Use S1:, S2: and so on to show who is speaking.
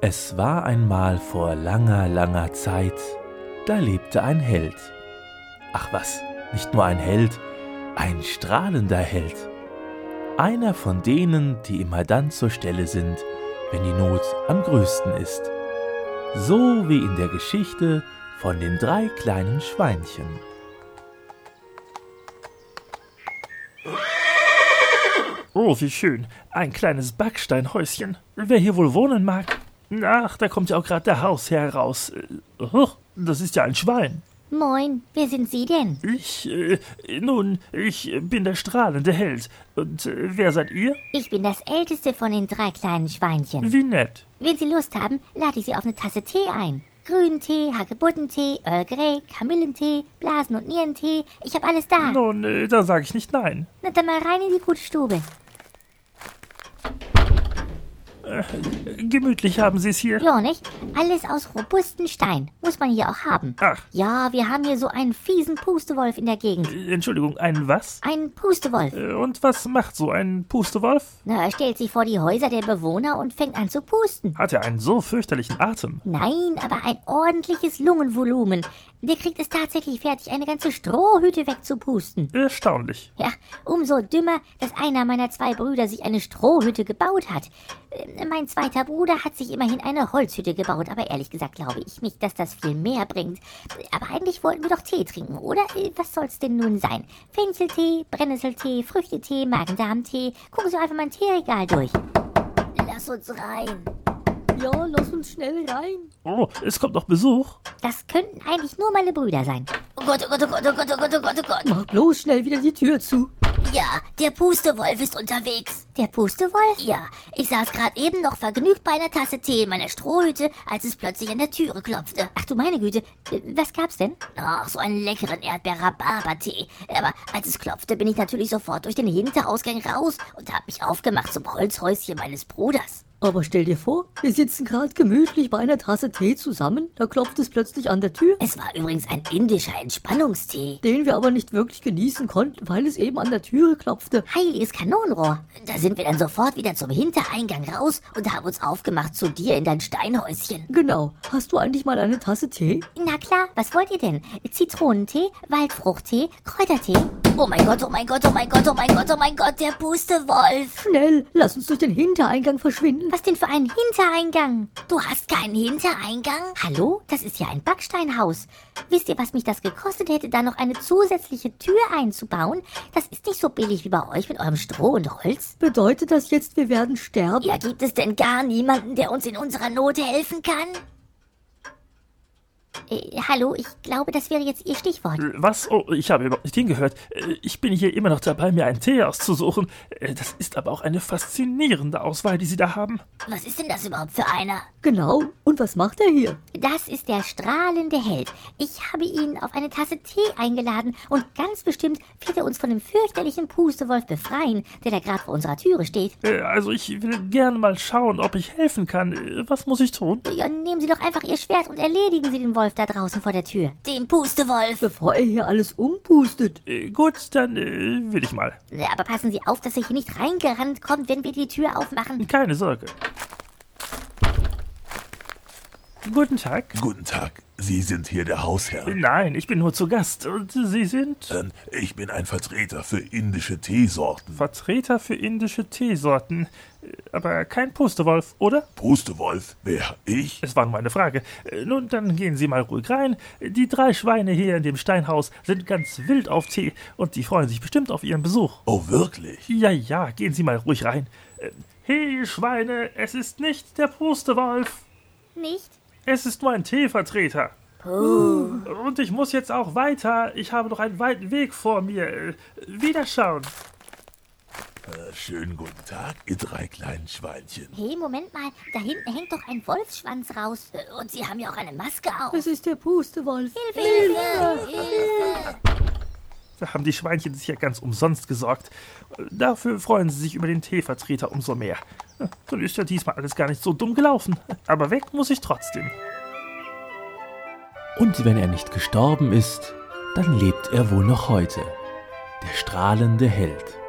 S1: Es war einmal vor langer, langer Zeit, da lebte ein Held. Ach was, nicht nur ein Held, ein strahlender Held. Einer von denen, die immer dann zur Stelle sind, wenn die Not am größten ist. So wie in der Geschichte von den drei kleinen Schweinchen.
S2: Oh, wie schön. Ein kleines Backsteinhäuschen. Wer hier wohl wohnen mag? Ach, da kommt ja auch gerade der Hausherr raus. Äh, huch, das ist ja ein Schwein.
S3: Moin, wer sind Sie denn?
S2: Ich, äh, nun, ich äh, bin der strahlende Held. Und äh, wer seid ihr?
S3: Ich bin das älteste von den drei kleinen Schweinchen.
S2: Wie nett.
S3: Wenn Sie Lust haben, lade ich Sie auf eine Tasse Tee ein. Grünen Tee, Hagebuttentee, Earl Grey, Kamillentee, Blasen- und Nierentee. Ich habe alles da.
S2: Nun, äh, da sage ich nicht nein.
S3: Na dann mal rein in die gute Stube.
S2: Gemütlich haben sie es hier.
S3: Ja, nicht? Alles aus robustem Stein. Muss man hier auch haben.
S2: Ach,
S3: Ja, wir haben hier so einen fiesen Pustewolf in der Gegend.
S2: äh, Entschuldigung, ein was?
S3: Einen Pustewolf.
S2: Äh, Und was macht so ein Pustewolf?
S3: Na, er stellt sich vor die Häuser der Bewohner und fängt an zu pusten.
S2: Hat er einen so fürchterlichen Atem?
S3: Nein, aber ein ordentliches Lungenvolumen. Der kriegt es tatsächlich fertig, eine ganze Strohhüte wegzupusten.
S2: Erstaunlich.
S3: Ja, umso dümmer, dass einer meiner zwei Brüder sich eine Strohhütte gebaut hat. Ähm, Mein zweiter Bruder hat sich immerhin eine Holzhütte gebaut, aber ehrlich gesagt glaube ich nicht, dass das viel mehr bringt. Aber eigentlich wollten wir doch Tee trinken, oder? Äh, Was soll's denn nun sein? Fencheltee, Brennnesseltee, Früchtetee, Magen-Darm-Tee. Gucken Sie einfach mal ein Teeregal durch. Lass uns rein.
S4: Ja, lass uns schnell rein.
S2: Oh, es kommt noch Besuch.
S3: Das könnten eigentlich nur meine Brüder sein.
S4: Oh Gott, oh Gott, oh Gott, oh Gott, oh Gott, oh Gott, oh Gott. Mach bloß schnell wieder die Tür zu.
S3: Ja, der Pustewolf ist unterwegs. Der Pustewolf? Ja, ich saß gerade eben noch vergnügt bei einer Tasse Tee in meiner Strohhütte, als es plötzlich an der Türe klopfte. Ach du meine Güte, äh, was gab's denn? Ach, so einen leckeren Erdbeer-Rhabarber-Tee. Aber als es klopfte, bin ich natürlich sofort durch den Hinterausgang raus und hab mich aufgemacht zum Holzhäuschen meines Bruders.
S4: Aber stell dir vor, wir sitzen gerade gemütlich bei einer Tasse Tee zusammen, da klopft es plötzlich an der Tür,
S3: Es war übrigens ein indischer Entspannungstee.
S4: den wir aber nicht wirklich genießen konnten, weil es eben an der Türe klopfte.
S3: Heiliges Kanonenrohr. Da sind wir dann sofort wieder zum Hintereingang raus und haben uns aufgemacht zu dir in dein Steinhäuschen.
S4: Genau, hast du eigentlich mal eine Tasse Tee?
S3: Na klar, was wollt ihr denn? Zitronentee, Waldfruchttee, Kräutertee? Oh mein Gott, oh mein Gott, oh mein Gott, oh mein Gott, oh mein Gott, der Pustewolf.
S4: Schnell, lass uns durch den Hintereingang verschwinden.
S3: Was denn für einen Hintereingang? Du hast keinen Hintereingang? Hallo, das ist ja ein Backsteinhaus. Wisst ihr, was mich das gekostet hätte, da noch eine zusätzliche Tür einzubauen? Das ist nicht so billig wie bei euch mit eurem Stroh und Holz.
S4: Bedeutet das jetzt, wir werden sterben?
S3: Ja, gibt es denn gar niemanden, der uns in unserer Not helfen kann? Äh, hallo, ich glaube, das wäre jetzt Ihr Stichwort.
S2: Äh, Was? Oh, ich habe überhaupt nicht hingehört. Äh, Ich bin hier immer noch dabei, mir einen Tee auszusuchen. Äh, Das ist aber auch eine faszinierende Auswahl, die Sie da haben.
S3: Was ist denn das überhaupt für einer?
S4: Genau, und was macht er hier?
S3: Das ist der strahlende Held. Ich habe ihn auf eine Tasse Tee eingeladen und ganz bestimmt wird er uns von dem fürchterlichen Pustewolf befreien, der da gerade vor unserer Türe steht.
S2: Äh, Also ich will gerne mal schauen, ob ich helfen kann. Äh, Was muss ich tun?
S3: Ja, nehmen Sie doch einfach Ihr Schwert und erledigen Sie den Wolf da draußen vor der Tür. Den Pustewolf.
S4: Bevor er hier alles umpustet.
S2: Äh, Gut, dann äh, will ich mal.
S3: Aber passen Sie auf, dass er hier nicht reingerannt kommt, wenn wir die Tür aufmachen.
S2: Keine Sorge. Guten Tag.
S5: Guten Tag, Sie sind hier der Hausherr.
S2: Nein, ich bin nur zu Gast. Und Sie sind
S5: Ähm, Ich bin ein Vertreter für indische Teesorten.
S2: Vertreter für indische Teesorten. Äh, Aber kein Pustewolf, oder?
S5: Pustewolf, wer ich?
S2: Es war nur eine Frage. Äh, Nun, dann gehen Sie mal ruhig rein. Die drei Schweine hier in dem Steinhaus sind ganz wild auf Tee und die freuen sich bestimmt auf Ihren Besuch.
S5: Oh, wirklich?
S2: Ja, ja, gehen Sie mal ruhig rein. Äh, Hey, Schweine, es ist nicht der Pustewolf.
S3: Nicht?
S2: Es ist nur ein Teevertreter. Und ich muss jetzt auch weiter. Ich habe noch einen weiten Weg vor mir. Äh, Wiederschauen.
S5: Äh, Schönen guten Tag, ihr drei kleinen Schweinchen.
S3: Hey, Moment mal, da hinten hängt doch ein Wolfsschwanz raus. Äh, Und Sie haben ja auch eine Maske auf.
S4: Es ist der Pustewolf.
S3: Hilfe! Hilfe!
S2: Da haben die Schweinchen sich ja ganz umsonst gesorgt. Dafür freuen sie sich über den Teevertreter umso mehr. Hm, Dann ist ja diesmal alles gar nicht so dumm gelaufen. Aber weg muss ich trotzdem.
S1: Und wenn er nicht gestorben ist, dann lebt er wohl noch heute. Der strahlende Held.